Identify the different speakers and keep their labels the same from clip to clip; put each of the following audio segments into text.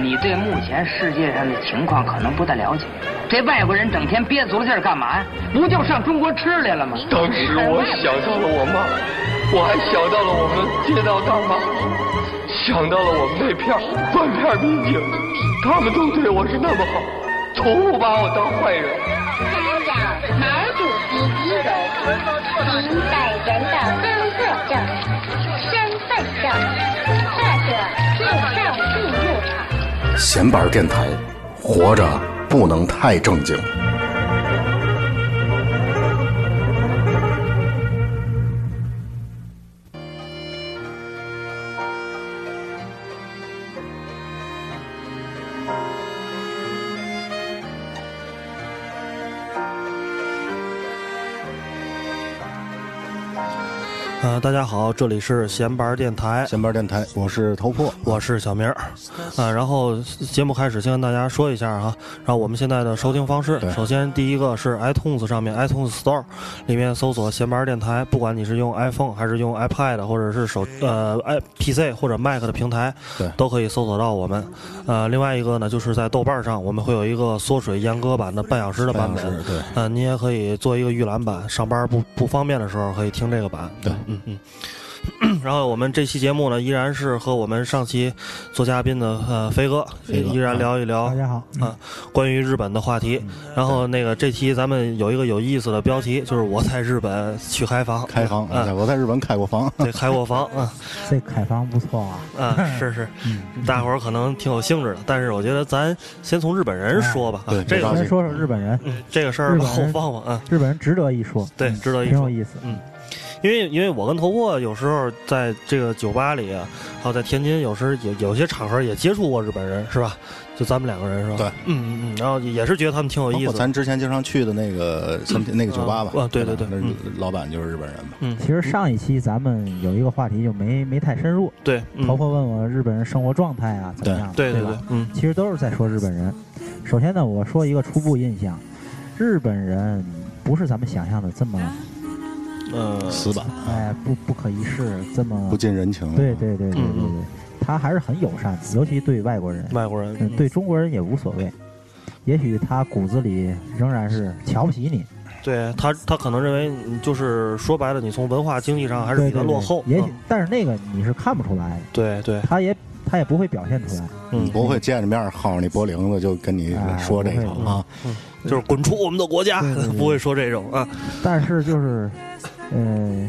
Speaker 1: 你对目前世界上的情况可能不太了解。这外国人整天憋足了劲儿干嘛呀？不就上中国吃来了吗？
Speaker 2: 当时我想到了我妈，我还想到了我们街道大妈，想到了我们那片儿断片民警，他们都对我是那么好，从不把我当坏人。
Speaker 3: 参照毛主席遗容，您本人的工作证、身份证或者入账记录。
Speaker 4: 闲板电台，活着不能太正经。
Speaker 5: 呃，大家好，这里是闲班电台，
Speaker 4: 闲班电台，我是头破，
Speaker 5: 我是小明儿，啊，然后节目开始先跟大家说一下啊，然后我们现在的收听方式，首先第一个是 iTunes 上面 iTunes Store 里面搜索闲班电台，不管你是用 iPhone 还是用 iPad 或者是手呃 i PC 或者 Mac 的平台，
Speaker 4: 对，
Speaker 5: 都可以搜索到我们。呃，另外一个呢，就是在豆瓣上我们会有一个缩水阉割版的半小时的版本，
Speaker 4: 对，
Speaker 5: 呃，你也可以做一个预览版，上班不不方便的时候可以听这个版，
Speaker 4: 对。
Speaker 5: 嗯嗯。然后我们这期节目呢，依然是和我们上期做嘉宾的呃飞哥，
Speaker 4: 飞哥
Speaker 5: 依然聊一聊、
Speaker 6: 大家好，
Speaker 5: 啊关于日本的话题。然后那个这期咱们有一个有意思的标题，就是我在日本去开房，
Speaker 4: 开房，
Speaker 5: 啊，
Speaker 4: 我在日本开过房，
Speaker 5: 对，开过房啊
Speaker 6: 这凯房不错啊。
Speaker 5: 啊，是是，大伙儿可能挺有兴致的，但是我觉得咱先从日本人说吧，
Speaker 4: 哎对
Speaker 5: 啊这
Speaker 4: 没
Speaker 5: 个
Speaker 4: 着急
Speaker 6: 先说说日本人，
Speaker 5: 嗯这个事儿
Speaker 6: 日
Speaker 5: 吧
Speaker 6: 本
Speaker 5: 后
Speaker 6: 人
Speaker 5: 放吧啊，
Speaker 6: 日本人值得一说，
Speaker 5: 对，
Speaker 6: 嗯
Speaker 5: 值得一
Speaker 6: 挺
Speaker 5: 说
Speaker 6: 有。意思。
Speaker 5: 因为因为我跟头过有时候在这个酒吧里啊，还有在天津，有时候有有些场合也接触过日本人，是吧？就咱们两个人是吧？
Speaker 4: 对，
Speaker 5: 嗯嗯嗯，然后也是觉得他们挺有
Speaker 4: 包
Speaker 5: 意
Speaker 4: 括
Speaker 5: 思的。
Speaker 4: 咱之前经常去的那个餐厅那个酒吧吧，
Speaker 5: 啊对对对
Speaker 4: 那老板就是日本人嘛，
Speaker 5: 嗯，
Speaker 6: 其实上一期咱们有一个话题就没没太深入，
Speaker 5: 对，嗯
Speaker 6: 头发问我日本人生活状态啊怎么样，
Speaker 5: 对
Speaker 6: 对
Speaker 5: 对
Speaker 6: 吧？，
Speaker 5: 嗯
Speaker 6: 其实都是在说日本人。首先呢，我说一个初步印象，日本人不是咱们想象的这么
Speaker 5: 呃，
Speaker 4: 死板，
Speaker 6: 哎不不可一世，这么
Speaker 4: 不近人情，
Speaker 6: 对对对对对
Speaker 5: 嗯
Speaker 6: 对，他还是很友善，尤其对外国人，
Speaker 5: 外国人
Speaker 6: 嗯，对中国人也无所谓。也许他骨子里仍然是瞧不起你，
Speaker 5: 嗯对他他可能认为你就是说白了，你从文化经济上还是
Speaker 6: 对
Speaker 5: 比他
Speaker 6: 对
Speaker 5: 落
Speaker 6: 对
Speaker 5: 后。
Speaker 6: 也许
Speaker 5: 嗯，
Speaker 6: 但是那个你是看不出来的，
Speaker 5: 对对，
Speaker 6: 他也他也不会表现出来。
Speaker 4: 你
Speaker 5: 嗯，
Speaker 4: 不会见着面薅着你脖领子就跟你说这个
Speaker 5: 嗯
Speaker 6: 哎不会
Speaker 4: 啊，
Speaker 5: 就是滚出我们的国家
Speaker 6: 对对，对
Speaker 5: 不会说这种啊。
Speaker 6: 但是就是，呃，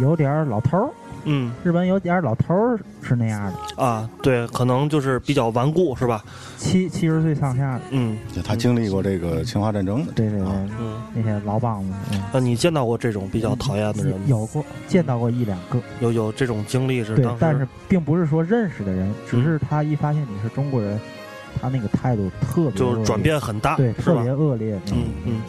Speaker 6: 有点儿老头儿，
Speaker 5: 嗯
Speaker 6: 日本有点儿老头儿是那样的，
Speaker 5: 啊，对，可能就是比较顽固，是吧？
Speaker 6: 七七十岁上下的，
Speaker 5: 嗯
Speaker 4: 就他经历过这个侵华战争的，
Speaker 6: 对对对，
Speaker 4: 啊
Speaker 5: 嗯。
Speaker 6: 那些老棒子，嗯，
Speaker 5: 那你见到过这种比较讨厌的人吗？
Speaker 6: 有过见到过一两个，
Speaker 5: 有有这种经历是
Speaker 6: 对
Speaker 5: 当时，，嗯
Speaker 6: 但是并不是说认识的人，只是他一发现你是中国人，他那个态度特别
Speaker 5: 就是
Speaker 6: 恶
Speaker 5: 转
Speaker 6: 劣，
Speaker 5: 变很大，
Speaker 6: 对，
Speaker 5: 是
Speaker 6: 特
Speaker 5: 吧
Speaker 6: 别？恶劣，
Speaker 5: 嗯嗯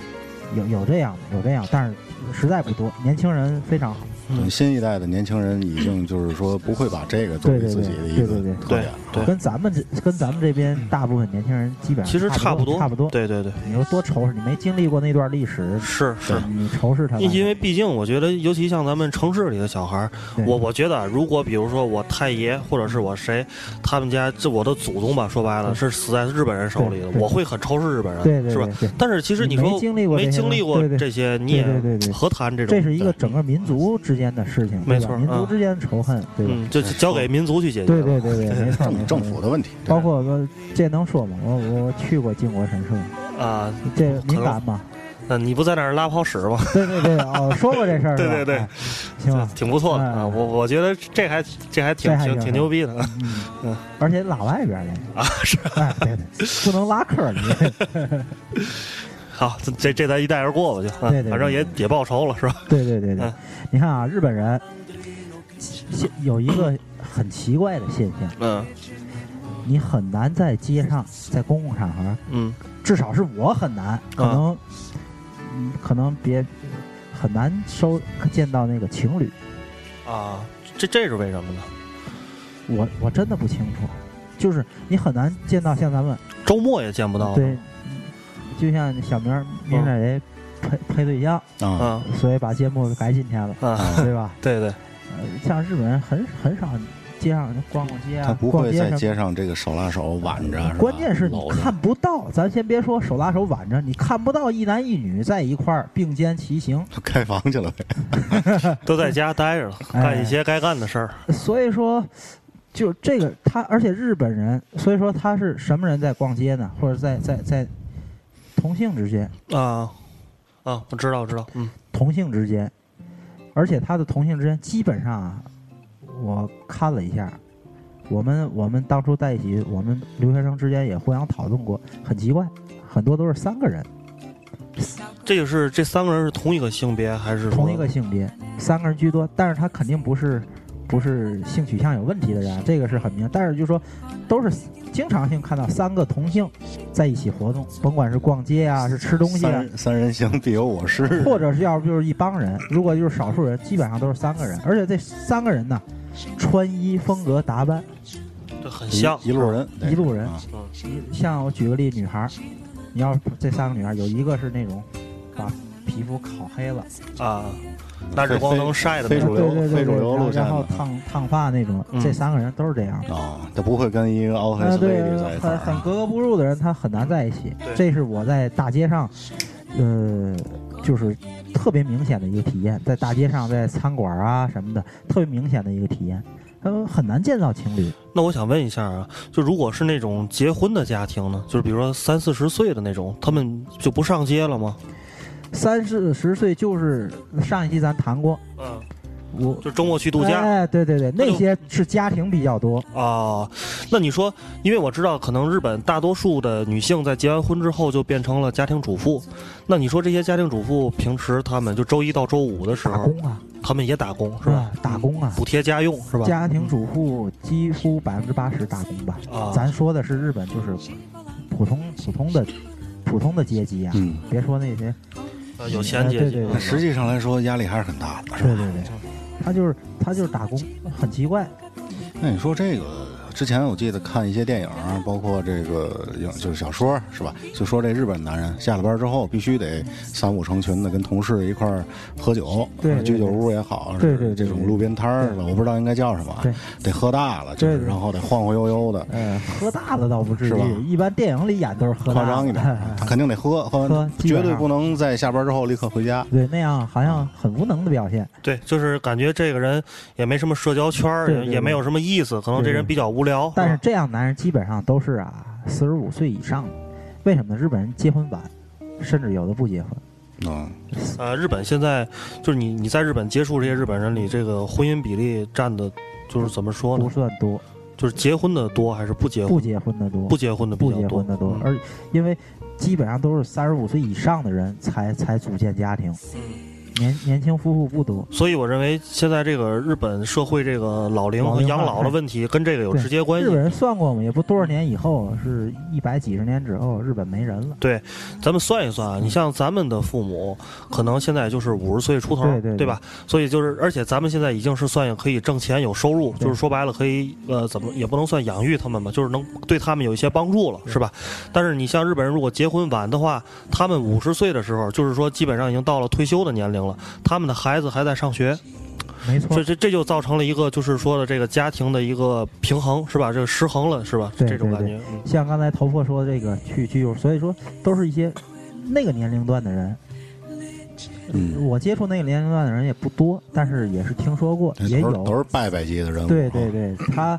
Speaker 6: 有有这样的，有这样，但是实在不多，年轻人非常好，
Speaker 5: 嗯，
Speaker 4: 新一代的年轻人已经就是说不会把这个作为自己的一个特
Speaker 5: 对
Speaker 4: 点，
Speaker 5: 对嗯
Speaker 6: 跟咱们这跟咱们这边大部分年轻人基本上
Speaker 5: 其实
Speaker 6: 差
Speaker 5: 不
Speaker 6: 多，差不多。
Speaker 5: 对对对，
Speaker 6: 你说多仇视，你没经历过那段历史，
Speaker 5: 是是。
Speaker 6: 你仇视他干嘛，
Speaker 5: 因为毕竟，我觉得，尤其像咱们城市里的小孩儿，
Speaker 6: 对
Speaker 5: 我我觉得啊，如果比如说我太爷或者是我谁，他们家这我的祖宗吧，说白了是死在日本人手里的
Speaker 6: 对，对
Speaker 5: 我会很仇视日本人，
Speaker 6: 对对
Speaker 5: 是吧？
Speaker 6: 对对，
Speaker 5: 但是其实你说
Speaker 6: 没经历过这些
Speaker 5: 没经历过
Speaker 6: 对对
Speaker 5: 这些，你也
Speaker 6: 对对对
Speaker 5: 何谈这种？
Speaker 6: 这是一个整个民族之间的事情，
Speaker 5: 没
Speaker 6: 对吧
Speaker 5: 错
Speaker 6: 民族
Speaker 5: 嗯
Speaker 6: 之间的仇恨，对吧？
Speaker 5: 嗯，就交给民族去解决
Speaker 6: 对
Speaker 5: 了。
Speaker 6: 对对对，没错，没
Speaker 4: 政
Speaker 6: 错
Speaker 4: 政府的问题，
Speaker 6: 包括我这能说吗？我我我去过靖国神社，
Speaker 5: 啊，
Speaker 6: 这
Speaker 5: 可
Speaker 6: 敏
Speaker 5: 能
Speaker 6: 感吗？
Speaker 5: 那你不在那儿拉泡屎吗？
Speaker 6: 对对对，哦，说过这 事儿是吧，
Speaker 5: 对对对
Speaker 6: 哎，行吧，
Speaker 5: 挺不错的啊，
Speaker 6: 嗯
Speaker 5: 我我觉得这还这还挺
Speaker 6: 这还
Speaker 5: 挺
Speaker 6: 行
Speaker 5: 挺牛逼的嗯
Speaker 6: 嗯，而且拉外边儿
Speaker 5: 啊！ 是
Speaker 6: 来，哎，对对，不能拉客儿，你
Speaker 5: 好，这这这咱一带而过吧，就啊
Speaker 6: 对对 对
Speaker 5: 反正也也报仇了是 吧？
Speaker 6: 对对对对
Speaker 5: 嗯，
Speaker 6: 你看啊，日本人现有一个很奇怪的现象，
Speaker 5: 嗯
Speaker 6: 你很难在街上，在公共场合，
Speaker 5: 嗯
Speaker 6: 至少是我很难，可能、嗯可能别很难收见到那个情侣，
Speaker 5: 啊，这这是为什么呢？
Speaker 6: 我我真的不清楚，就是你很难见到像咱们
Speaker 5: 周末也见不
Speaker 4: 哦
Speaker 5: 到，
Speaker 6: 对，就像小明儿明儿也配配对象，
Speaker 4: 啊，
Speaker 5: 啊
Speaker 4: 嗯
Speaker 6: 所以把节目改今天了，
Speaker 5: 啊，
Speaker 6: 对吧？
Speaker 5: 对对，
Speaker 6: 呃像日本人很很少街上逛逛街啊，
Speaker 4: 他不
Speaker 6: 逛
Speaker 4: 会
Speaker 6: 街
Speaker 4: 在
Speaker 6: 什么嗯
Speaker 4: 街上这个手拉手挽着，吧
Speaker 6: 关键是你
Speaker 4: 搂着
Speaker 6: 看不到，咱先别说手拉手挽着，你看不到一男一女在一块儿并肩 骑行，
Speaker 4: 开房去了呗。
Speaker 5: 都在家待着了，
Speaker 6: 哎
Speaker 5: 干一些该干的事儿。
Speaker 6: 所以说，就这个他，而且日本人，所以说他是什么人在逛街呢？或者在在在同性之间，
Speaker 5: 啊啊，我知道，我知道，嗯，
Speaker 6: 同性之间，而且他的同性之间基本上啊，我看了一下，我们我们当初在一起，我们留学生之间也互相讨论过，很奇怪，很多都是三个人，
Speaker 5: 这个是这三个人是同一个性别还是说
Speaker 6: 同一个性别，三个人居多，但是他肯定不是不是性取向有问题的人，啊这个是很明。但是就说都是经常性看到三个同性在一起活动，甭管是逛街啊，是吃东西
Speaker 4: 三
Speaker 6: 啊，
Speaker 4: 人三人行必有我师，
Speaker 6: 或者是要不就是一帮人，如果就是少数人，基本上都是三个人，而且这三个人呢，穿衣风格打扮
Speaker 5: 对很
Speaker 4: 一
Speaker 5: 像
Speaker 4: 一路人，
Speaker 6: 一路人
Speaker 4: 啊
Speaker 6: 像我举个例，女孩儿，你要这三个女孩儿有一个是那种把皮肤烤黑了，
Speaker 5: 啊，那日光能晒的
Speaker 4: 非
Speaker 5: 那
Speaker 4: 非主
Speaker 5: 种。
Speaker 4: 流
Speaker 6: 对对对
Speaker 4: 非主
Speaker 6: 对
Speaker 4: 流
Speaker 6: 然后
Speaker 4: 路线
Speaker 6: 然后
Speaker 4: 的
Speaker 6: 烫烫发那种，
Speaker 5: 嗯
Speaker 6: 这三个人都是这样的。
Speaker 4: 啊，他不会跟一个 office
Speaker 6: 啊，对
Speaker 4: lady 在一，块
Speaker 6: 很
Speaker 4: 儿
Speaker 6: 很
Speaker 4: 啊。
Speaker 6: 格格不入的人，他很难在一起
Speaker 5: 对。
Speaker 6: 这是我在大街上，呃，就是特别明显的一个体验，在大街上，在餐馆啊什么的，特别明显的一个体验。他们很难建造情侣，
Speaker 5: 那我想问一下啊，就如果是那种结婚的家庭呢，就是比如说三四十岁的那种，他们就不上街了吗？
Speaker 6: 三四十岁就是上一期咱谈过，
Speaker 5: 嗯，
Speaker 6: 我
Speaker 5: 就周末去度假。
Speaker 6: 哎，对对对，
Speaker 5: 那就
Speaker 6: 那些是家庭比较多，
Speaker 5: 啊，那你说，因为我知道，可能日本大多数的女性在结完婚之后就变成了家庭主妇。那你说这些家庭主妇平时她们就周一到周五的时
Speaker 6: 打
Speaker 5: 候，
Speaker 6: 工啊，
Speaker 5: 她们也打工是
Speaker 6: 是
Speaker 5: 吧嗯
Speaker 6: 吧？？打工啊，
Speaker 5: 补贴家用是吧？
Speaker 6: 家庭主妇几乎百分之八十打工吧。
Speaker 5: 啊，
Speaker 6: 咱说的是日本，就是普通普通的普通的阶级啊，
Speaker 4: 嗯，
Speaker 6: 别说那些，
Speaker 5: 呃有钱阶级，
Speaker 6: 哎对对对
Speaker 4: 那实际上来说压力还是很大的，是吧？
Speaker 6: 对对对，他就是他就是打工，很奇怪。
Speaker 4: 那你说这个，之前我记得看一些电影啊，包括这个影就是小说是吧？就说这日本男人下了班之后必须得三五成群的跟同事一块儿喝酒，
Speaker 6: 对对对
Speaker 4: 居酒屋也好，
Speaker 6: 对对对
Speaker 4: 这种路边摊儿的，我不知道应该叫什么啊
Speaker 6: 对，
Speaker 4: 得喝大了，就是
Speaker 6: 对对
Speaker 4: 然后得晃晃悠悠的，
Speaker 6: 呃，喝大了倒不至
Speaker 4: 是吧
Speaker 6: 于，一般电影里演都是喝大
Speaker 4: 夸
Speaker 6: 了
Speaker 4: 张一点，他肯定得喝，喝
Speaker 6: 喝
Speaker 4: 完
Speaker 6: 基本
Speaker 4: 绝
Speaker 6: 上
Speaker 4: 对不能在下班之后立刻回家。
Speaker 6: 对，那样好像很无能的表现。
Speaker 5: 对，就是感觉这个人也没什么社交圈儿，
Speaker 6: 对对对
Speaker 5: 也没有什么意思，可能这人比较无聊。
Speaker 6: 但是
Speaker 5: 吧
Speaker 6: 这样男人基本上都是啊，四十五岁以上的。为什么呢？日本人结婚晚，甚至有的不结婚。
Speaker 4: 嗯，
Speaker 5: 呃，日本现在就是你你在日本接触这些日本人里，这个婚姻比例占的，就是怎么说
Speaker 6: 不
Speaker 5: 呢？
Speaker 6: 算多，
Speaker 5: 就是结婚的多还是不结婚？
Speaker 6: 不结婚的多，
Speaker 5: 不结婚的比
Speaker 6: 不
Speaker 5: 较
Speaker 6: 结
Speaker 5: 多
Speaker 6: 婚的多，
Speaker 5: 嗯
Speaker 6: 而因为基本上都是三十五岁以上的人才才组建家庭，年年轻夫妇不多。
Speaker 5: 所以我认为现在这个日本社会这个老龄和养老的问题跟这个有直接关
Speaker 6: 日
Speaker 5: 系。
Speaker 6: 本人算过吗？也不多少年以后，是一百几十年之后，日本没人了。
Speaker 5: 对，咱们算一算啊，你像咱们的父母，可能现在就是五十岁出头，
Speaker 6: 对对对
Speaker 5: 吧？所以就是，而且咱们现在已经是算可以挣钱、有收入，
Speaker 6: 对
Speaker 5: 就是说白了，可以呃，怎么也不能算养育他们吧，就是能对他们有一些帮助了，是吧？但是你像日本人，如果结婚晚的话，他们五十岁的时候，就是说基本上已经到了退休的年龄了，他们的孩子还在上学，
Speaker 6: 没错
Speaker 5: 所以，这这就造成了一个就是说的这个家庭的一个平衡是吧？这个失衡了是吧？
Speaker 6: 对
Speaker 5: 这种
Speaker 6: 对
Speaker 5: 感
Speaker 6: 对
Speaker 5: 觉，嗯
Speaker 6: 像刚才头破说的这个去去幼儿，所以说都是一些那个年龄段的人。
Speaker 4: 嗯
Speaker 6: 我接触那个年龄段的人也不多，但是也是听说过，
Speaker 4: 这
Speaker 6: 也
Speaker 4: 都
Speaker 6: 有
Speaker 4: 是都是拜拜级的人物，啊
Speaker 6: 对对对，
Speaker 5: 啊
Speaker 6: 他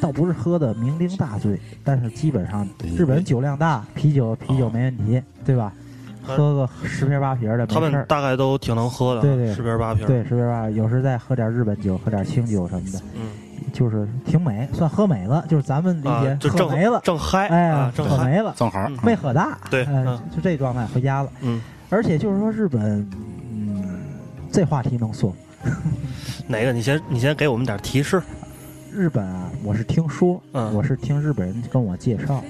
Speaker 6: 倒不是喝的酩酊大醉，但是基本上
Speaker 4: 对
Speaker 6: 日本人酒量大，啤酒啤酒没问题，对吧？
Speaker 5: 啊他
Speaker 6: 喝个十瓶八瓶的
Speaker 5: 他
Speaker 6: 没事
Speaker 5: 们
Speaker 6: 儿。
Speaker 5: 大概都挺能喝的，啊
Speaker 6: 对对
Speaker 5: 十瓶儿八瓶儿，
Speaker 6: 对，十瓶八，有时再喝点日本酒，喝点清酒什么的，
Speaker 5: 嗯
Speaker 6: 就是挺美，算喝美了，就是咱们理
Speaker 5: 啊
Speaker 6: 解、，
Speaker 5: 就
Speaker 6: 喝
Speaker 5: 正
Speaker 6: 没了，
Speaker 5: 正嗨，
Speaker 6: 哎，
Speaker 5: 啊，正
Speaker 6: 喝
Speaker 5: 嗨，
Speaker 6: 没了，
Speaker 4: 正好儿
Speaker 5: 嗯
Speaker 6: 没喝大，
Speaker 5: 对
Speaker 6: 哎
Speaker 5: 嗯
Speaker 6: 就这状态回家了。
Speaker 5: 嗯，
Speaker 6: 而且就是说日本，嗯，这话题能说吗，
Speaker 5: 哪个？你先你先给我们点提示，
Speaker 6: 日本啊，我是听说，
Speaker 5: 嗯
Speaker 6: 我是听日本人跟我介绍，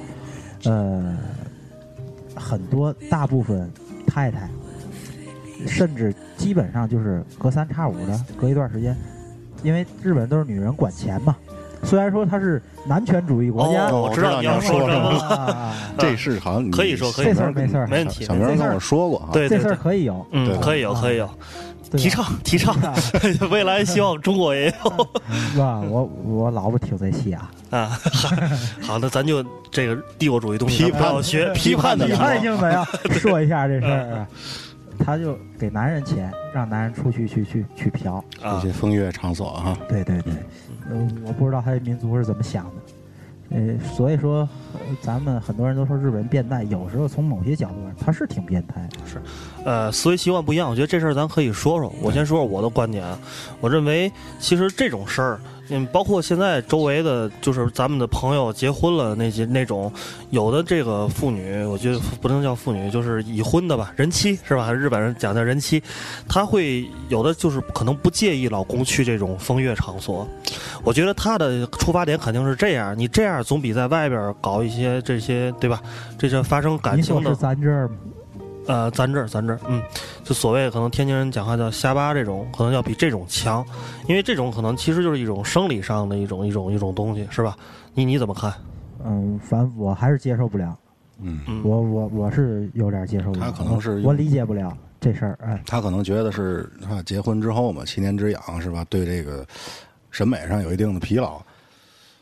Speaker 6: 呃，很多大部分太太，甚至基本上就是隔三差五的，隔一段时间，因为日本都是女人管钱嘛，虽然说它是男权主义国家，
Speaker 5: 哦我知道
Speaker 4: 我知道
Speaker 5: 你要
Speaker 4: 你要
Speaker 5: 说
Speaker 4: 说
Speaker 5: 什么
Speaker 4: 什
Speaker 5: 了，
Speaker 6: 啊
Speaker 4: 这事好像你
Speaker 5: 可以说可以
Speaker 6: 这事儿没事儿
Speaker 5: 没问题
Speaker 4: 小明
Speaker 6: 这事
Speaker 4: 跟
Speaker 6: 儿
Speaker 4: 我说过啊，
Speaker 5: 对
Speaker 6: 这
Speaker 5: 对
Speaker 6: 事儿
Speaker 5: 对，
Speaker 6: 可以有，
Speaker 5: 嗯
Speaker 4: 对，
Speaker 5: 可以有
Speaker 6: 啊
Speaker 5: 可以有，
Speaker 6: 对吧
Speaker 5: 提倡提倡， 未来希望中国也有
Speaker 6: 是吧？我 我老婆听这戏啊，
Speaker 5: 啊。 好，那咱就这个帝国主义东西，
Speaker 4: 批
Speaker 5: 咱不要
Speaker 4: 判
Speaker 5: 学批判的
Speaker 6: 批
Speaker 5: 说，
Speaker 6: 判性 的要说一下这事
Speaker 4: 嗯
Speaker 6: 儿啊。他就给男人钱，让男人出去去去去嫖。
Speaker 5: 啊
Speaker 4: 这些风月场所啊，
Speaker 6: 对对对，呃，我不知道他的民族是怎么想的。呃，所以说，呃咱们很多人都说日本人变态，有时候从某些角度上，他是挺变态的。
Speaker 5: 呃，思维习惯不一样，我觉得这事儿咱可以说说。我先说说我的观点，啊我认为其实这种事儿，嗯，包括现在周围的，就是咱们的朋友结婚了那些那种，有的这个妇女，我觉得不能叫妇女，就是已婚的吧，人妻是吧？日本人讲叫人妻，她会有的就是可能不介意老公去这种风月场所。我觉得她的出发点肯定是这样，你这样总比在外边儿搞一些这些，对吧？这些发生感
Speaker 6: 你
Speaker 5: 情
Speaker 6: 说
Speaker 5: 的
Speaker 6: 是咱这儿吗？
Speaker 5: 呃，咱这儿，咱这儿，嗯，就所谓可能天津人讲话叫瞎巴这种，可能要比这种强，因为这种可能其实就是一种生理上的一种一种一种东西，是吧？你你怎么看？
Speaker 6: 嗯，反正我还是接受不了。
Speaker 4: 嗯，
Speaker 5: 嗯，
Speaker 6: 我我我是有点接受不了，
Speaker 4: 他可能是
Speaker 6: 我我理解不了这事儿。哎，
Speaker 4: 他可能觉得是啊，结婚之后嘛，七年之痒是吧？对这个审美上有一定的疲劳，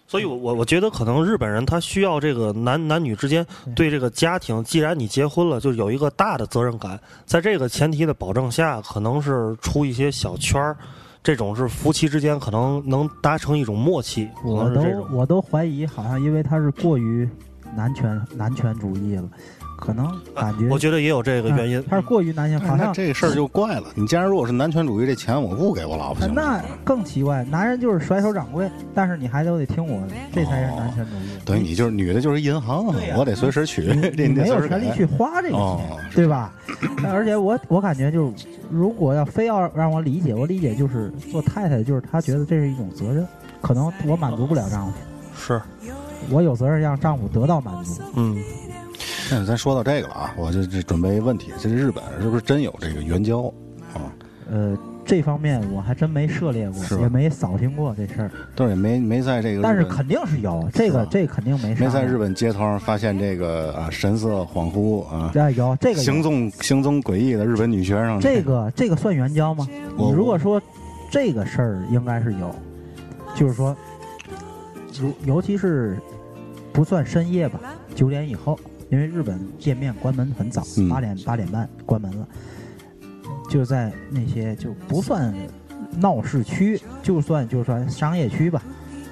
Speaker 5: 所以我我我觉得可能日本人他需要这个男男女之间对这个家庭，既然你结婚了，就有一个大的责任感，在这个前提的保证下，可能是出一些小圈儿，这种是夫妻之间可能能达成一种默契，可
Speaker 6: 我
Speaker 5: 能是这种
Speaker 6: 都。我都怀疑，好像因为他是过于男权男权主义了，可能感觉、
Speaker 5: 啊我觉得也有这个原因，
Speaker 6: 嗯他是过于男性，好
Speaker 4: 那
Speaker 6: 像
Speaker 4: 这事儿就怪了。你既然如果是男权主义，这钱我不给我老婆行吗？
Speaker 6: 那更奇怪。男人就是甩手掌柜，但是你还都得听我的，这才是男权主义。
Speaker 4: 等于你就是女的，就是一银行，啊我得随时取，这
Speaker 6: 你
Speaker 4: 得
Speaker 6: 嗯没
Speaker 4: 随
Speaker 6: 有
Speaker 4: 时
Speaker 6: 权利
Speaker 4: 给
Speaker 6: 去花这个钱，
Speaker 4: 哦
Speaker 6: 对吧？而且我我感觉就是，如果要非要让我理解，我理解就是做太太，就是她觉得这是一种责任，可能我满足不了丈夫，
Speaker 5: 是，
Speaker 6: 我有责任让丈夫得到满足。
Speaker 5: 嗯，
Speaker 4: 那咱说到这个了啊，我就这准备问题，这日本是不是真有这个援交啊？
Speaker 6: 呃，这方面我还真没涉猎
Speaker 4: 是
Speaker 6: 过，
Speaker 4: 吧
Speaker 6: 也没扫听过这事儿，
Speaker 4: 但是也没没在这个日
Speaker 6: 但是
Speaker 4: 本，
Speaker 6: 肯定啊是有这
Speaker 4: 是
Speaker 6: 个
Speaker 4: 吧，
Speaker 6: 这肯定没啥。
Speaker 4: 没在日本街头上发现这个啊神色恍惚啊，
Speaker 6: 哎，有这个有
Speaker 4: 行踪行踪诡异的日本女学生，
Speaker 6: 这个这个算援交吗？
Speaker 4: 我
Speaker 6: 你如果说这个事儿应该是有，就是说，如尤其是不算深夜吧，九点以后，因为日本店面关门很早
Speaker 4: 嗯，
Speaker 6: 八点八点半关门了，就在那些就不算闹市区，就算就算商业区吧。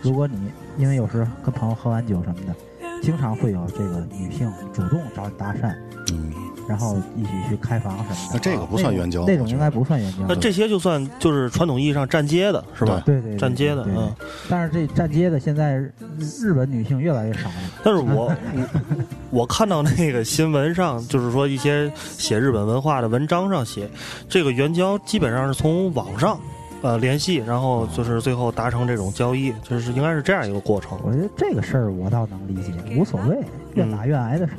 Speaker 6: 如果你因为有时跟朋友喝完酒什么的，经常会有这个女性主动找你搭讪，
Speaker 4: 嗯，
Speaker 6: 然后一起去开房什么的
Speaker 4: 那。这个不算援交，
Speaker 6: 那
Speaker 4: 我
Speaker 6: 种
Speaker 4: 觉
Speaker 6: 应
Speaker 4: 得
Speaker 6: 该不算援交。
Speaker 5: 那这些就算就是传统意义上站街的是吧？
Speaker 6: 嗯对对对
Speaker 5: 站街的
Speaker 6: 对对
Speaker 5: 嗯
Speaker 6: 但是这站街的现在日日本女性越来越少了。
Speaker 5: 但是我 我我看到那个新闻上，就是说一些写日本文化的文章上写，这个援交基本上是从网上呃联系，然后就是最后达成这种交易，就是应该是这样一个过程。
Speaker 6: 我觉得这个事儿我倒能理解，无所
Speaker 5: 嗯
Speaker 6: 谓，愿打愿挨的事儿。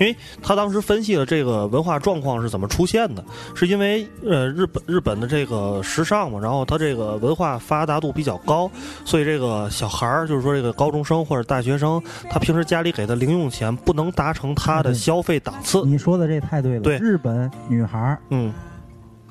Speaker 5: 因为他当时分析了这个文化状况是怎么出现的，是因为呃日本日本的这个时尚嘛，然后它这个文化发达度比较高，所以这个小孩儿就是说这个高中生或者大学生，他平时家里给的零用钱不能达成他的消费档次，
Speaker 6: 你说的这太对了。
Speaker 5: 对
Speaker 6: 日本女孩儿
Speaker 5: 嗯。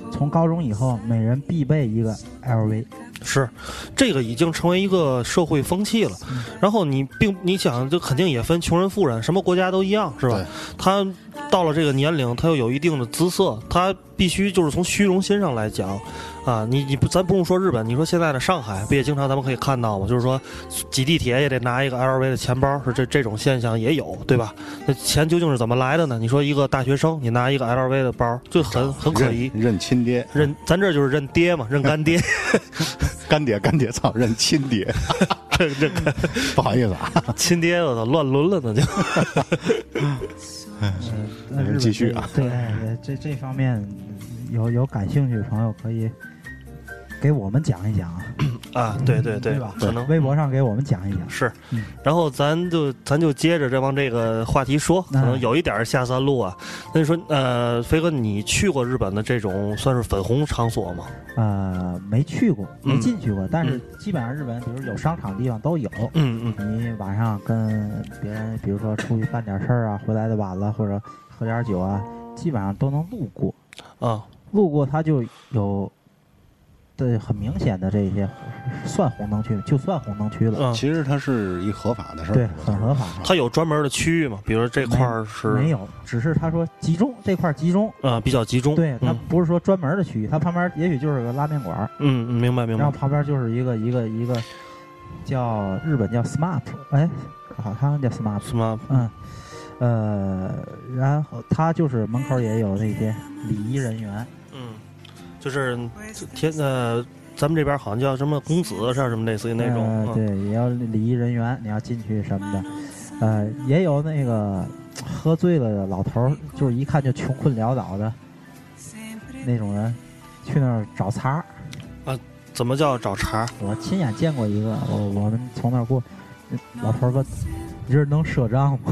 Speaker 6: 从高中以后，每人必备一个 LV。
Speaker 5: 是，这个已经成为一个社会风气了。然后你并你想，这肯定也分穷人富人，什么国家都一样，是吧
Speaker 4: 对？
Speaker 5: 他到了这个年龄，他又有一定的姿色，他必须就是从虚荣心上来讲，啊，你你不咱不用说日本，你说现在的上海不也经常咱们可以看到吗？就是说挤地铁也得拿一个 LV 的钱包，是这这种现象也有，对吧？那钱究竟是怎么来的呢？你说一个大学生，你拿一个 LV 的包，就很很可疑。
Speaker 4: 认认亲爹，
Speaker 5: 认咱这就是认爹嘛，认干爹，
Speaker 4: 干爹干爹操，认亲爹，
Speaker 5: 这这干
Speaker 4: 不好意思啊，
Speaker 5: 亲爹，我操，乱伦了呢就。
Speaker 6: 嗯，那日本
Speaker 4: 继续啊
Speaker 6: 这个对，哎这这方面有有感兴趣的朋友可以给我们讲一讲啊，
Speaker 5: 啊，对对对，
Speaker 6: 对吧
Speaker 5: 可能
Speaker 6: 微博上给我们讲一讲。
Speaker 5: 是
Speaker 6: 嗯。
Speaker 5: 然后咱就咱就接着这帮这个话题说，可
Speaker 6: 哎
Speaker 5: 能有一点儿下三路啊。那你说，呃，飞哥，你去过日本的这种算是粉红场所吗？
Speaker 6: 呃，没去过，没
Speaker 5: 嗯
Speaker 6: 进去过，但是基本上日本，比如有商场的地方都有。
Speaker 5: 嗯嗯。
Speaker 6: 你晚上跟别人，比如说出去办点事儿啊，回来的晚了或者喝点酒啊，基本上都能路过。
Speaker 5: 啊，
Speaker 6: 路过它就有，对，很明显的这些算红灯区，就算红灯区了，
Speaker 5: 嗯，
Speaker 4: 其实它是一合法的事儿，
Speaker 6: 对，
Speaker 4: 是吧
Speaker 6: 很合法。
Speaker 5: 它有专门的区域嘛，比如说这块儿是
Speaker 6: 没有，只是他说集中这块儿集中，
Speaker 5: 啊、比较集中，
Speaker 6: 对，它
Speaker 5: 嗯
Speaker 6: 不是说专门的区域，它旁边也许就是个拉面馆儿，
Speaker 5: 嗯，嗯明白明
Speaker 6: 然后
Speaker 5: 白，
Speaker 6: 旁边就是一个一个一个叫日本叫 SMAP，哎，好像叫 SMAP，
Speaker 5: 什么
Speaker 6: 嗯，呃，然后他就是门口也有那些礼仪人员，
Speaker 5: 嗯，就是天呃，咱们这边好像叫什么公子是吧什么类似于那种，
Speaker 6: 呃，
Speaker 5: 嗯
Speaker 6: 对，也要礼仪人员，你要进去什么的，呃，也有那个喝醉了的老头儿，就是一看就穷困潦倒的那种人，去那儿找茬儿。
Speaker 5: 怎么叫找茬儿？
Speaker 6: 我亲眼见过一个，我我们从那儿过，老头儿问：“你这儿能赊账吗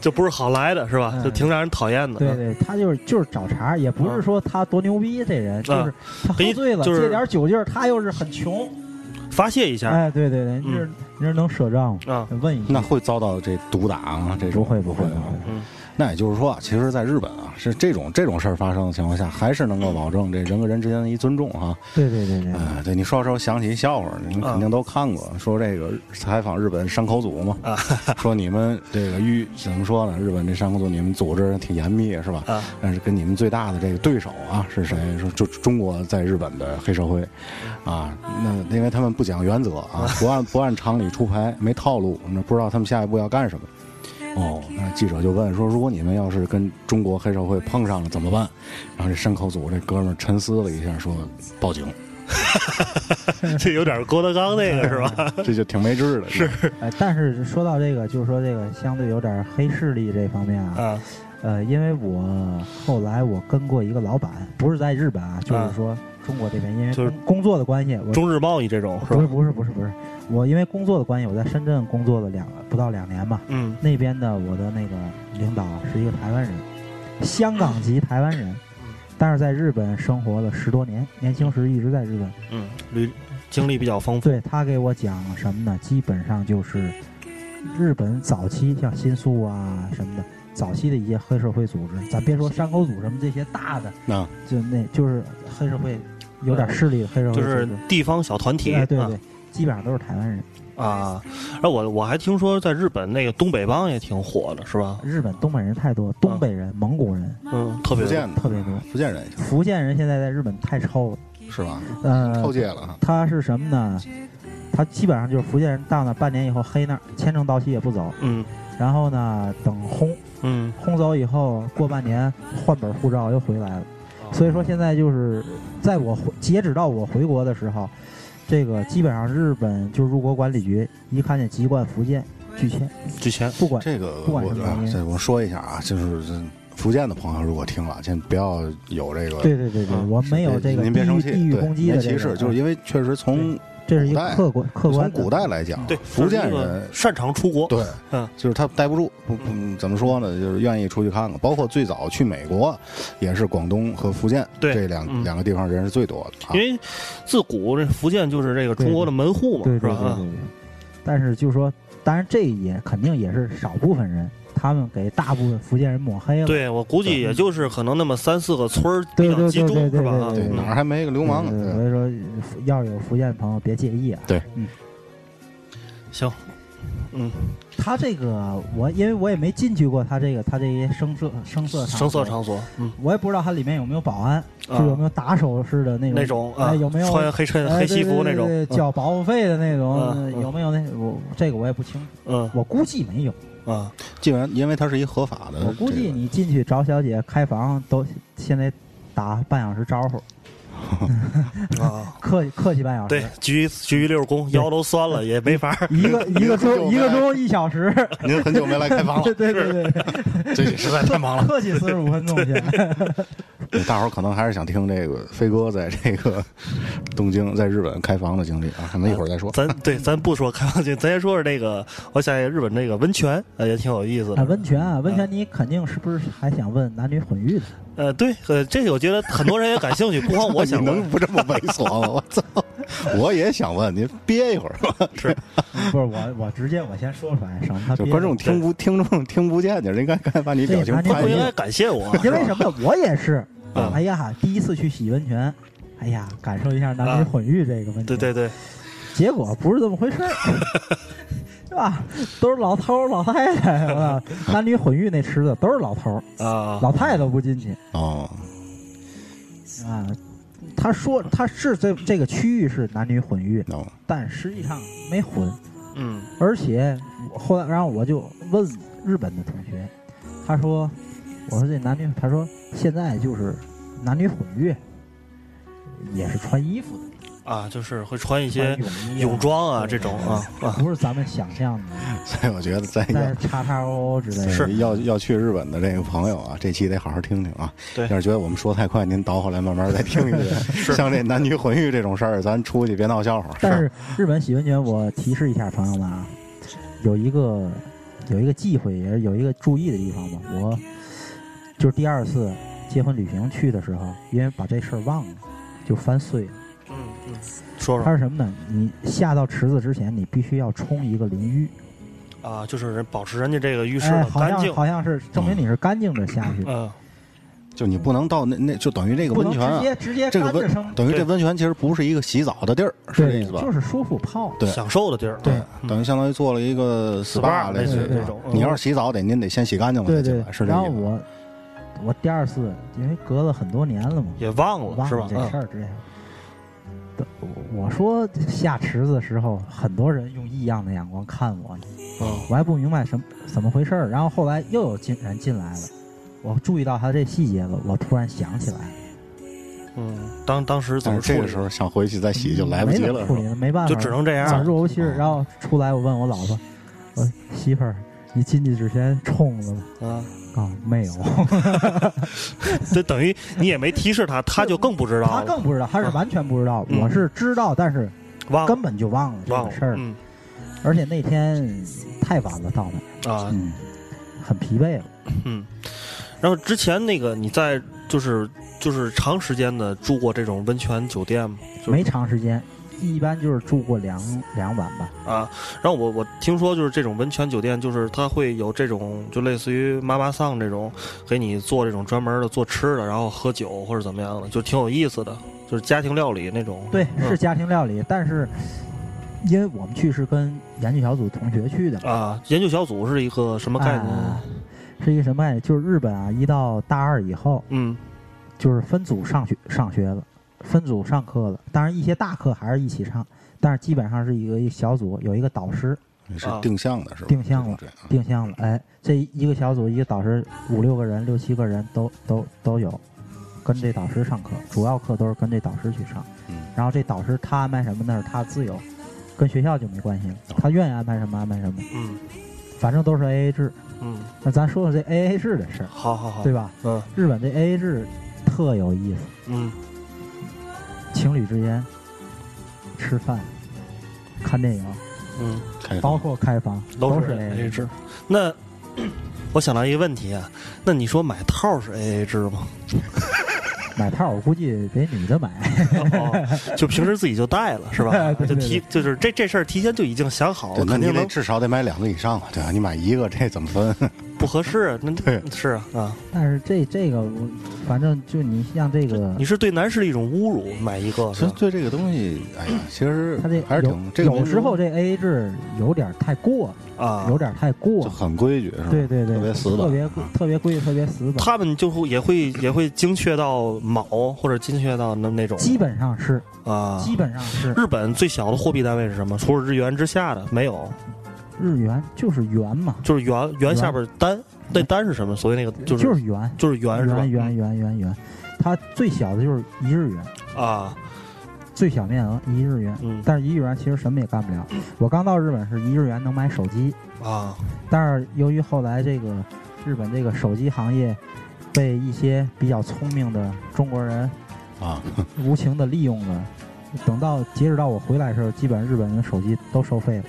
Speaker 5: 就不是好来的是吧？
Speaker 6: 嗯
Speaker 5: 就挺让人讨厌？”的。嗯
Speaker 6: 对对，他就是就是找茬儿，也不是说他多牛逼，这人就是他喝醉了，
Speaker 5: 就是
Speaker 6: 借点酒劲儿，他又是很穷。
Speaker 5: 嗯发泄一下
Speaker 6: 哎，对对对，你这儿你这儿能赊账吗？
Speaker 5: 啊，
Speaker 6: 问一下
Speaker 4: 那。会遭到这毒打啊，这种
Speaker 6: 嗯不会不会
Speaker 4: 啊
Speaker 6: 不会
Speaker 5: 嗯
Speaker 4: 那也就是说，其实，在日本啊，是这种这种事儿发生的情况下，还是能够保证这人跟人之间的一尊重啊。
Speaker 6: 对对对
Speaker 5: 嗯
Speaker 6: 对，
Speaker 4: 哎，对，你说到时候想起一笑话，你们肯定都看过，说这个采访日本山口组嘛，
Speaker 5: 啊
Speaker 4: 说你们这个遇怎么说呢？日本这山口组你们组织挺严密是吧？
Speaker 5: 啊，
Speaker 4: 但是跟你们最大的这个对手啊是谁？说就中国在日本的黑社会，啊，那因为他们不讲原则啊，不按不按常理出牌，没套路，那不知道他们下一步要干什么。哦，那记者就问说，如果你们要是跟中国黑社会碰上了怎么办？然后这山口组这哥们儿沉思了一下，说报警，
Speaker 6: 嗯
Speaker 5: 这有点郭德纲那个是吧？
Speaker 4: 这就挺没治的。是
Speaker 6: 哎，但是说到这个，就是说这个相对有点黑势力这方面啊，
Speaker 5: 啊，
Speaker 6: 呃，因为我后来我跟过一个老板，不是在日本啊，就是说中国这边，因为
Speaker 5: 嗯就是
Speaker 6: 工工作的关系，我
Speaker 5: 中日贸易这种是
Speaker 6: 不是
Speaker 5: 吧？
Speaker 6: 不是不是不是，我因为工作的关系，我在深圳工作了两不到两年吧，
Speaker 5: 嗯
Speaker 6: 那边的我的那个领导是一个台湾人，香港籍台湾人，
Speaker 5: 嗯
Speaker 6: 但是在日本生活了十多年，年轻时一直在日本。
Speaker 5: 嗯，履经历比较丰富。
Speaker 6: 对他给我讲了什么呢？基本上就是日本早期像新宿啊什么的，早期的一些黑社会组织，咱别说山口组什么这些大的，
Speaker 4: 啊，
Speaker 6: 就
Speaker 5: 嗯
Speaker 6: 那就是黑社会有点势力的黑社会
Speaker 5: 就
Speaker 6: 组织
Speaker 5: 是，地方小团体，
Speaker 6: 嗯哎对
Speaker 5: 啊
Speaker 6: 对，基本上都是台湾人。
Speaker 5: 啊，然后我我还听说在日本那个东北帮也挺火的，是吧？
Speaker 6: 日本东北人太多，东北人、蒙古人
Speaker 5: 嗯，特别
Speaker 4: 福建的
Speaker 6: 特别多，
Speaker 4: 福建人也行
Speaker 6: 福建人现在在日本太超了。
Speaker 4: 是吧？
Speaker 6: 呃
Speaker 4: 偷，界了啊，
Speaker 6: 他是什么呢？他基本上就是福建人到那半年以后黑那儿，签证到期也不走，
Speaker 5: 嗯
Speaker 6: 然后呢等轰
Speaker 5: 嗯，
Speaker 6: 轰走以后，过半年换本护照又回来了。
Speaker 4: 哦
Speaker 6: 所以说现在就是在我回截止到我回国的时候，这个基本上日本就入国管理局一看见籍贯福建拒签，
Speaker 5: 之前
Speaker 6: 不管
Speaker 4: 这个
Speaker 6: 不管
Speaker 4: 我
Speaker 6: 什么原因
Speaker 4: 这我说一下啊，就是这福建的朋友如果听了，先不要有这个
Speaker 6: 对对对对，
Speaker 5: 嗯
Speaker 6: 我没有这个
Speaker 4: 您
Speaker 6: 地
Speaker 4: 别生
Speaker 6: 域
Speaker 4: 气，
Speaker 6: 地域
Speaker 4: 对
Speaker 6: 攻击的
Speaker 4: 没
Speaker 6: 这个
Speaker 4: 歧视，就是因为确实从
Speaker 6: 这是
Speaker 4: 古
Speaker 6: 一个
Speaker 4: 代
Speaker 6: 客观客
Speaker 4: 从
Speaker 6: 观的
Speaker 4: 古代来讲，
Speaker 5: 对
Speaker 4: 福建
Speaker 5: 就是那
Speaker 4: 人
Speaker 5: 个擅长出国，
Speaker 4: 对，
Speaker 5: 嗯
Speaker 4: 就是他待不住，不不怎么说呢，就是愿意出去看看。包括最早去美国，也是广东和福建
Speaker 5: 对
Speaker 4: 这两、
Speaker 5: 嗯
Speaker 4: 两个地方人是最多的啊
Speaker 5: 因。为自古这福建就是这个中国的门户嘛，
Speaker 6: 对
Speaker 5: 是
Speaker 6: 对
Speaker 5: 吧？
Speaker 6: 对
Speaker 5: 啊
Speaker 6: 对对。但是就说，当然这也肯定也是少部分人，他们给大部分福建人抹黑了。
Speaker 5: 对我估计也就是可能那么三四个村儿比较
Speaker 6: 对对对
Speaker 5: 集中，
Speaker 6: 对对
Speaker 5: 是吧？啊
Speaker 6: 对
Speaker 4: 对，
Speaker 5: 嗯
Speaker 4: 哪儿还没个流
Speaker 6: 对，
Speaker 4: 氓
Speaker 6: 对对
Speaker 4: 呢？
Speaker 6: 呃所以说福要有福建朋友别介意啊。
Speaker 5: 行，嗯，
Speaker 6: 他这个我因为我也没进去过他这个他这些声色声色
Speaker 5: 声色，场所，嗯，
Speaker 6: 我也不知道它里面有没有保安，就
Speaker 5: 啊
Speaker 6: 有没有打手式的那种
Speaker 5: 那种啊，
Speaker 6: 哎有没有
Speaker 5: 穿黑衬
Speaker 6: 哎
Speaker 5: 黑西服那种
Speaker 6: 对对对对？
Speaker 5: 嗯
Speaker 6: 交保护费的那
Speaker 5: 嗯嗯
Speaker 6: 种，有没有那我这个我也不清，
Speaker 5: 嗯
Speaker 6: 我估计没有。
Speaker 5: 啊，
Speaker 4: 既然因为它是一合法的这个，
Speaker 6: 我估计你进去找小姐开房都先得打半小时招呼，
Speaker 5: 啊，
Speaker 6: 客气客气半小时。
Speaker 5: 对，鞠鞠一溜躬，腰都酸 了，也没法儿。
Speaker 6: 一个一个
Speaker 4: 就
Speaker 6: 钟
Speaker 4: 没
Speaker 6: 一个钟一小时，
Speaker 4: 您很久没来开房
Speaker 6: 对
Speaker 4: 了，
Speaker 6: 对对对，
Speaker 4: 最近实在太 忙了。
Speaker 6: 客气四十五分钟去。
Speaker 4: 大伙儿可能还是想听这个飞哥在这个东京、在日本开房的经历啊，可能一会儿再说。
Speaker 5: 咱对，咱不说开放性，咱先说说这个，我想起日本那个温泉，呃，也挺有意思
Speaker 6: 啊，
Speaker 5: 的。
Speaker 6: 温泉啊，温泉你肯定是不是还想问男女混浴的？
Speaker 5: 呃，对，呃，这个我觉得很多人也感兴趣，不光我想
Speaker 4: 你
Speaker 5: 问
Speaker 4: 能 不这么猥琐吗？ 我操！我也想问您，憋一会儿吧。
Speaker 5: 是，
Speaker 6: 嗯不是我，我直接我先说出来，省得 他
Speaker 4: 就
Speaker 6: 憋
Speaker 4: 观众
Speaker 6: 着
Speaker 4: 听不听众听不见你，人该该把你表 情
Speaker 6: 这
Speaker 5: 他
Speaker 4: 拍
Speaker 5: 不应
Speaker 4: 进
Speaker 5: 该
Speaker 4: 去。
Speaker 5: 感谢我，
Speaker 6: 因为什么呀？我也是，
Speaker 5: 啊
Speaker 6: 哎呀，第一次去洗温泉，哎呀，感受一下男女混浴这个问题。
Speaker 5: 对对对，
Speaker 6: 结果不是这么 回事儿，是吧？都是老头儿老太太，我操男女混浴那池子都是老头儿
Speaker 5: 啊，
Speaker 6: 老太太都不进去
Speaker 4: 哦，
Speaker 6: 啊。
Speaker 5: 嗯
Speaker 6: 他说他是这这个区域是男女混浴，
Speaker 4: 哦，
Speaker 6: 但实际上没混。
Speaker 5: 嗯
Speaker 6: 而且我后来，然后我就问日本的同学，他说：“我说这男女，他说现在就是男女混浴，也是穿衣服的，
Speaker 5: 啊，就是会穿一
Speaker 6: 穿
Speaker 5: 些
Speaker 6: 泳衣、
Speaker 5: 泳装啊这种啊啊，
Speaker 6: 不是咱们想象的，
Speaker 4: 所以我觉得在
Speaker 6: 在
Speaker 4: 要
Speaker 6: 叉叉 O O 之类的。
Speaker 5: 哎是
Speaker 4: 要要去日本的这个朋友啊，这期得好好听听啊。
Speaker 5: 对
Speaker 4: 要是觉得我们说太快，您倒回来慢慢再听 一听。像这男女混浴这种事儿，咱出去别闹笑话。
Speaker 6: 但是日本洗温泉，我提示一下朋友们啊，有一个有一个忌讳，也是有一个注意的地方吧。我就是第二次结婚旅行去的时候，因为把这事儿忘了，就翻碎了。”
Speaker 5: 嗯嗯，说
Speaker 6: 它
Speaker 5: 说
Speaker 6: 是什么呢？你下到池子之前，你必须要冲一个淋浴，
Speaker 5: 啊，就是人保持人家这个浴室
Speaker 6: 哎，
Speaker 5: 的
Speaker 6: 好
Speaker 5: 干净
Speaker 6: 像，好像是证明你是干净的下去，
Speaker 5: 嗯
Speaker 4: 就你不能到那那就等于这个
Speaker 6: 不
Speaker 4: 温
Speaker 6: 能
Speaker 4: 泉啊
Speaker 6: 直，接直接
Speaker 4: 这个
Speaker 6: 干着
Speaker 4: 温
Speaker 6: 生，
Speaker 4: 等于这
Speaker 5: 对
Speaker 4: 温泉其实不是一个洗澡的地儿，是这
Speaker 6: 对
Speaker 4: 意思，吧
Speaker 6: 就？是舒服泡。
Speaker 4: 对
Speaker 5: 享受的地儿，
Speaker 6: 对
Speaker 5: 嗯
Speaker 4: 等于相当于做了一个 SPA 类
Speaker 5: 类
Speaker 4: 似
Speaker 5: 似
Speaker 4: 于
Speaker 5: 于
Speaker 6: 对
Speaker 5: 这种，嗯
Speaker 4: 你要是洗澡得您得先洗干净了
Speaker 6: 对
Speaker 4: 再进
Speaker 6: 对
Speaker 4: 来，，是这
Speaker 6: 然后
Speaker 4: 意思吧。
Speaker 6: 我我第二次，因为隔了很多年了嘛，
Speaker 5: 也忘了
Speaker 6: 忘
Speaker 5: 是吧
Speaker 6: 了？这事
Speaker 5: 嗯
Speaker 6: 儿之类的。我说下池子的时候，很多人用异样的眼光看我，
Speaker 5: 嗯
Speaker 6: 我还不明白什么怎么回事儿。然后后来又有进人进来了，我注意到他这细节了，我突然想起来了。
Speaker 5: 嗯，当当时怎
Speaker 4: 但
Speaker 6: 哎
Speaker 5: 么
Speaker 4: 是这
Speaker 5: 处理
Speaker 4: 个时候想回去再洗就来不及
Speaker 6: 嗯没怎么
Speaker 4: 了，
Speaker 6: 处理了，没办法，
Speaker 5: 就只能这
Speaker 6: 啊
Speaker 5: 样，嗯
Speaker 6: 若无其事。然后出来，我问我老婆，我说媳妇儿，你进去之前冲了吗？
Speaker 5: 嗯，
Speaker 6: 啊，没有，
Speaker 5: 这等于你也没提示他，他就更不知道
Speaker 6: 他
Speaker 5: 了，
Speaker 6: 更不知道，他是完全不知道。
Speaker 5: 嗯
Speaker 6: 我是知道，但是
Speaker 5: 忘了
Speaker 6: 根本就忘了这
Speaker 5: 忘
Speaker 6: 个
Speaker 5: 了
Speaker 6: 事儿。
Speaker 5: 嗯
Speaker 6: 而且那天太晚了，到那儿
Speaker 5: 啊，
Speaker 4: 嗯，
Speaker 6: 很疲惫了。
Speaker 5: 嗯，然后之前那个你在就是就是长时间的住过这种温泉酒店吗？就是
Speaker 6: 没长时间，一般就是住过两两晚吧。
Speaker 5: 啊，然后我我听说就是这种温泉酒店，就是它会有这种就类似于妈妈桑这种，给你做这种专门的做吃的，然后喝酒或者怎么样的，就挺有意思的，就是家庭料理那种。
Speaker 6: 对，
Speaker 5: 嗯
Speaker 6: 是家庭料理，但是因为我们去是跟研究小组同学去的，
Speaker 5: 啊，研究小组是一个什么概念？
Speaker 6: 啊是一个什么概念？就是日本啊，一到大二以后，
Speaker 5: 嗯
Speaker 6: 就是分组上学上学了，分组上课了。当然，一些大课还是一起上，但是基本上是一个一小组，有一个导师
Speaker 4: 你是
Speaker 5: 啊
Speaker 4: 定向的是吧？
Speaker 6: 定向了
Speaker 4: 这种这样
Speaker 6: 定向了。哎，这一个小组一个导师五六个人、六七个人都都都有，跟这导师上课，主要课都是跟这导师去上。
Speaker 4: 嗯
Speaker 6: 然后这导师他安排什么那是他自由，跟学校就没关系了，
Speaker 5: 哦
Speaker 6: 他愿意安排什么安排什么，
Speaker 5: 嗯
Speaker 6: 反正都是 AA 制。
Speaker 5: 嗯，
Speaker 6: 那咱说说这 AA 制的事儿，
Speaker 5: 好好好，
Speaker 6: 对吧？
Speaker 5: 嗯
Speaker 6: 日本这 AA 制特有意思。
Speaker 5: 嗯
Speaker 6: 情侣之间吃饭、看电影，
Speaker 5: 嗯，
Speaker 4: 开放
Speaker 6: 包括开房，
Speaker 5: 都
Speaker 6: 都
Speaker 5: 是
Speaker 6: AA
Speaker 5: AA 制。那 我想到一个问题啊，那你说买套是 AA 制吗？
Speaker 6: 买套我估计得女的买，
Speaker 5: 哦，就平时自己就带了是吧？
Speaker 6: 对
Speaker 5: 就
Speaker 6: 对
Speaker 5: 提就是这这事儿提前就已经想好
Speaker 4: 对
Speaker 5: 了，
Speaker 4: 那
Speaker 5: 肯
Speaker 4: 你
Speaker 5: 定
Speaker 4: 得
Speaker 5: 能
Speaker 4: 至少得买两个以上吧？对吧？你买一个这怎么分？
Speaker 5: 不合适，那
Speaker 4: 对
Speaker 5: 是啊啊，
Speaker 6: 但是这这个我反正就你像这个
Speaker 5: 你，是对男士的一种侮辱，买一个
Speaker 4: 其
Speaker 5: 是
Speaker 4: 实
Speaker 5: 吧？
Speaker 4: 对这个东西，哎呀，其实
Speaker 6: 他这
Speaker 4: 还是
Speaker 6: 有
Speaker 4: 挺这个
Speaker 6: 有
Speaker 4: 东西
Speaker 6: 时候这 AA 制有点太过了，
Speaker 5: 啊
Speaker 6: 有，点太过
Speaker 4: 就
Speaker 6: 了，
Speaker 4: 很规矩，是吧？
Speaker 6: 对对对，
Speaker 4: 特别死板，
Speaker 6: 特别
Speaker 4: 啊
Speaker 6: 特别规矩，特别死板，
Speaker 5: 他们就会也会也会精确到卯或者精确到那那种
Speaker 6: 基本上是
Speaker 5: 啊。
Speaker 6: 基本上 是
Speaker 5: 日本最小的货币单位是什么？除了日元之下的没有，
Speaker 6: 日元就是元嘛，
Speaker 5: 就是元元下边单，那单是什么？所谓那个就是
Speaker 6: 就是元
Speaker 5: 就是元是吧？
Speaker 6: 元元元元元，它最小的就是一日元，
Speaker 5: 啊，
Speaker 6: 最小面额一日元。
Speaker 5: 嗯
Speaker 6: 但是一日元其实什么也干不了。
Speaker 4: 嗯
Speaker 6: 我刚到日本是一日元能买手机，
Speaker 5: 啊，
Speaker 6: 但是由于后来这个日本这个手机行业被一些比较聪明的中国人
Speaker 4: 啊，
Speaker 6: 无情的利用了，等到截止到我回来的时候，基本上日本人的手机都收费了。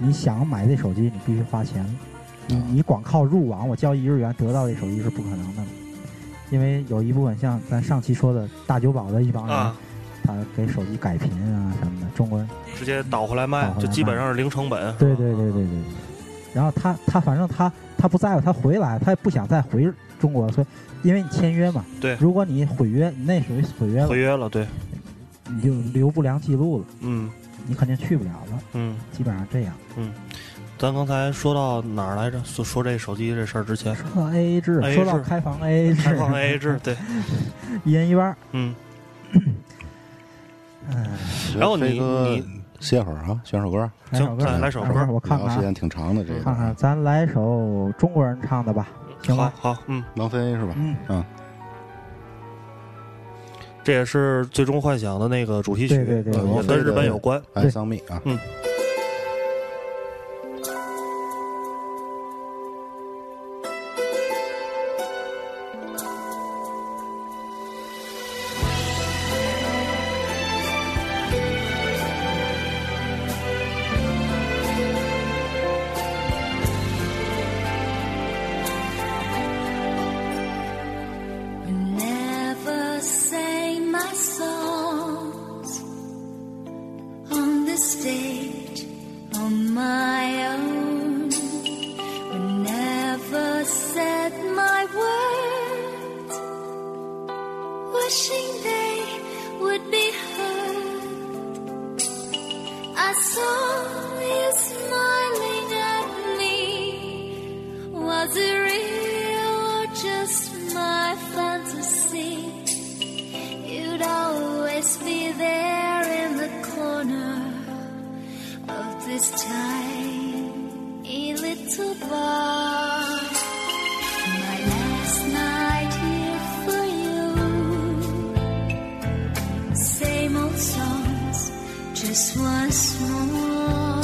Speaker 6: 你想买这手机，你必须花钱。你你光靠入网，我交一日元得到这手机是不可能的。因为有一部分像咱上期说的大久保的一帮人，
Speaker 5: 啊，
Speaker 6: 他给手机改频啊什么的，中国人
Speaker 5: 直接倒回来卖
Speaker 6: 倒回，来
Speaker 5: 就基本上是零成本。啊
Speaker 6: 对对对对对。对然后他他反正他他不在乎，他回来他也不想再回中国，所以因为你签约嘛，
Speaker 5: 对
Speaker 6: 如果你毁约，你那属于毁约了
Speaker 5: 毁，约了，对，
Speaker 6: 你就留不良记录了，
Speaker 5: 嗯
Speaker 6: 你肯定去不了了，
Speaker 5: 嗯。
Speaker 6: 基本上这样。
Speaker 5: 咱刚才说到哪儿来着？说说这手机这事儿之 前，
Speaker 6: 说到 AA 制，
Speaker 5: AA
Speaker 6: 说到
Speaker 5: 制
Speaker 6: 开房 AA 制，
Speaker 5: 开放 AA 制，对，
Speaker 6: 一人一半。
Speaker 5: 嗯，
Speaker 6: 嗯，
Speaker 5: 然后你
Speaker 4: 飞哥
Speaker 5: 你
Speaker 4: 歇会儿啊，选首歌，
Speaker 6: 来首歌
Speaker 5: 行，来首歌
Speaker 6: 我看
Speaker 4: 聊时
Speaker 6: 看啊，
Speaker 4: 间挺长的，这
Speaker 6: 看看，
Speaker 4: 个
Speaker 6: 咱来首中国人唱的吧，行
Speaker 5: 好
Speaker 6: 吧？
Speaker 5: 好，嗯，
Speaker 4: 王菲是吧？
Speaker 6: 嗯，
Speaker 4: 嗯，
Speaker 5: 这也是《最终幻想》的那个主题曲，
Speaker 6: 对对对
Speaker 5: 嗯也
Speaker 4: 王菲
Speaker 5: 跟
Speaker 4: 的
Speaker 5: 日本有关。
Speaker 4: 爱桑蜜啊，
Speaker 7: Never sang my songs on the stage on my own. Never said my words, wishing they would be heard. I saw you smiling at me. Was it real or just my fantasy? You'd always be there in the corner of this tiny little bar. My last night here for you. Same old songs, just once more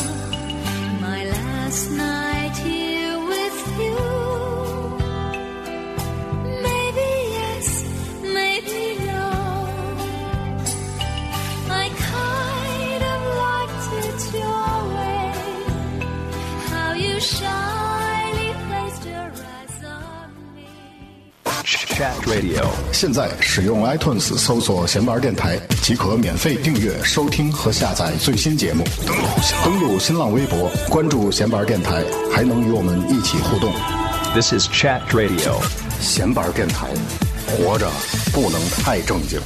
Speaker 7: my last night here with you. Maybe yes, maybe no. I kind of liked it your way. How you shyly placed your eyes on me.
Speaker 4: Radio，现在使用 iTunes 搜索“闲玩电台”即可免费订阅、收听和下载最新节目。登录登录新浪微博，关注“闲玩电台”，还能与我们一起互动。
Speaker 8: This is Chat Radio.
Speaker 4: 闲玩电台，活着不能太正经。